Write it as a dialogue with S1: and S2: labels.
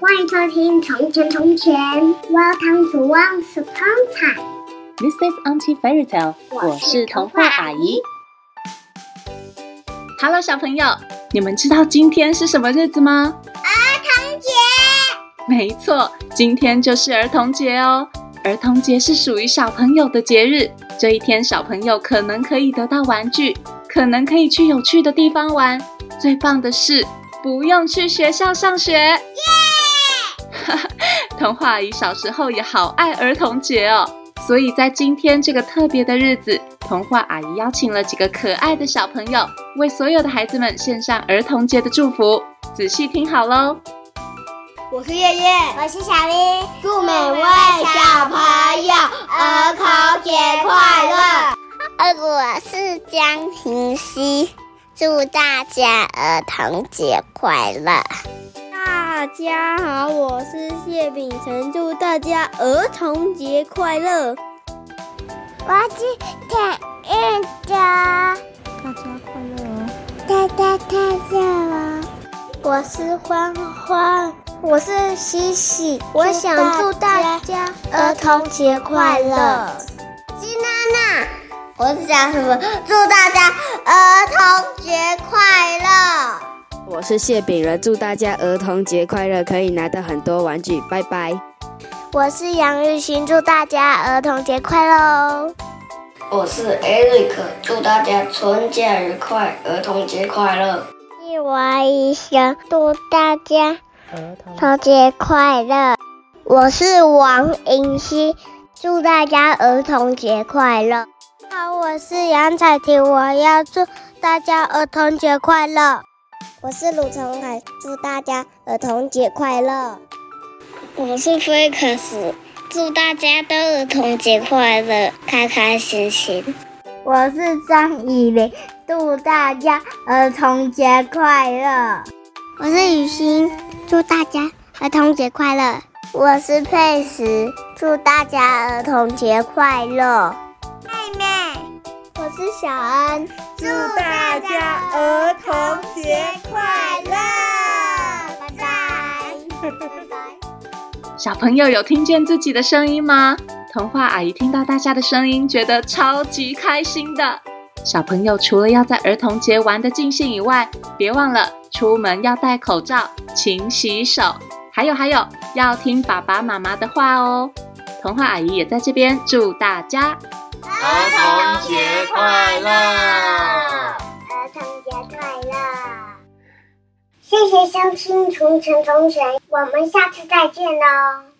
S1: 欢迎收听《从前从前》，Welcome to Once Upon a Time。
S2: This is Auntie Fairy Tale，
S1: 我
S2: 我
S1: 是
S2: 是
S1: 童
S2: 童
S1: 话
S2: 话
S1: 阿
S2: 阿姨。Hello，小朋友，你们知道今天是什么日子吗？
S1: 童姐，
S2: 没错，今天就是儿童节哦。儿童节是属于小朋友的节日，这一天小朋友可能可以得到玩具，可能可以去有趣的地方玩。最棒的是，不用去学校上学。 耶！童话阿姨小时候也好爱儿童节哦，所以在今天这个特别的日子，童话阿姨邀请了几个可爱的小朋友，为所有的孩子们献上儿童节的祝福。仔细听好喽。
S3: 我是月月，
S1: 我是小薇，
S3: 祝每位小朋友儿童节快乐！
S1: 呃，我是江婷熙，祝大家儿童节快乐。
S3: 大家好，我是谢秉承，祝大家儿童节快乐！
S1: 我是田玉哲，大家快乐哦！大家快乐哦！哦我是欢欢，我是喜喜，
S3: 我想祝大
S1: 家
S3: 儿童节快乐！
S1: 金娜娜，我是想什么？祝大家儿童节快乐！
S4: 我是谢炳仁，祝大家儿童节快乐，可以拿到很多玩具，拜拜。
S1: 我是杨玉欣，祝大家儿童节快乐哦！
S5: 我是 Eric，祝大家春假愉快，儿童节快乐。
S1: 一娃一生，祝大家儿童节快乐！我是王银希，祝大家儿童节快乐！好，我是杨彩婷，我要祝大家儿童节快乐！我是卢成凯，祝大家儿童节快乐！我是 Fix，祝大家都儿童节快乐，开开心心。我是张以玲，祝大家儿童节快乐！我是雨欣，祝大家儿童节快乐！我是佩石，祝大家儿童节快乐！妹妹，我是小恩，祝大家儿童节快乐！拜拜，拜 拜。
S2: 小朋友有听见自己的声音吗？童话阿姨听到大家的声音，觉得超级开心的。小朋友除了要在儿童节玩得尽兴以外，别忘了出门要戴口罩、勤洗手，还有还有要听爸爸妈妈的话哦。童话阿姨也在这边祝大家
S6: 儿童节快乐！
S1: 儿童节呃快乐！谢谢收听《从前从前》，我们下次再见喽。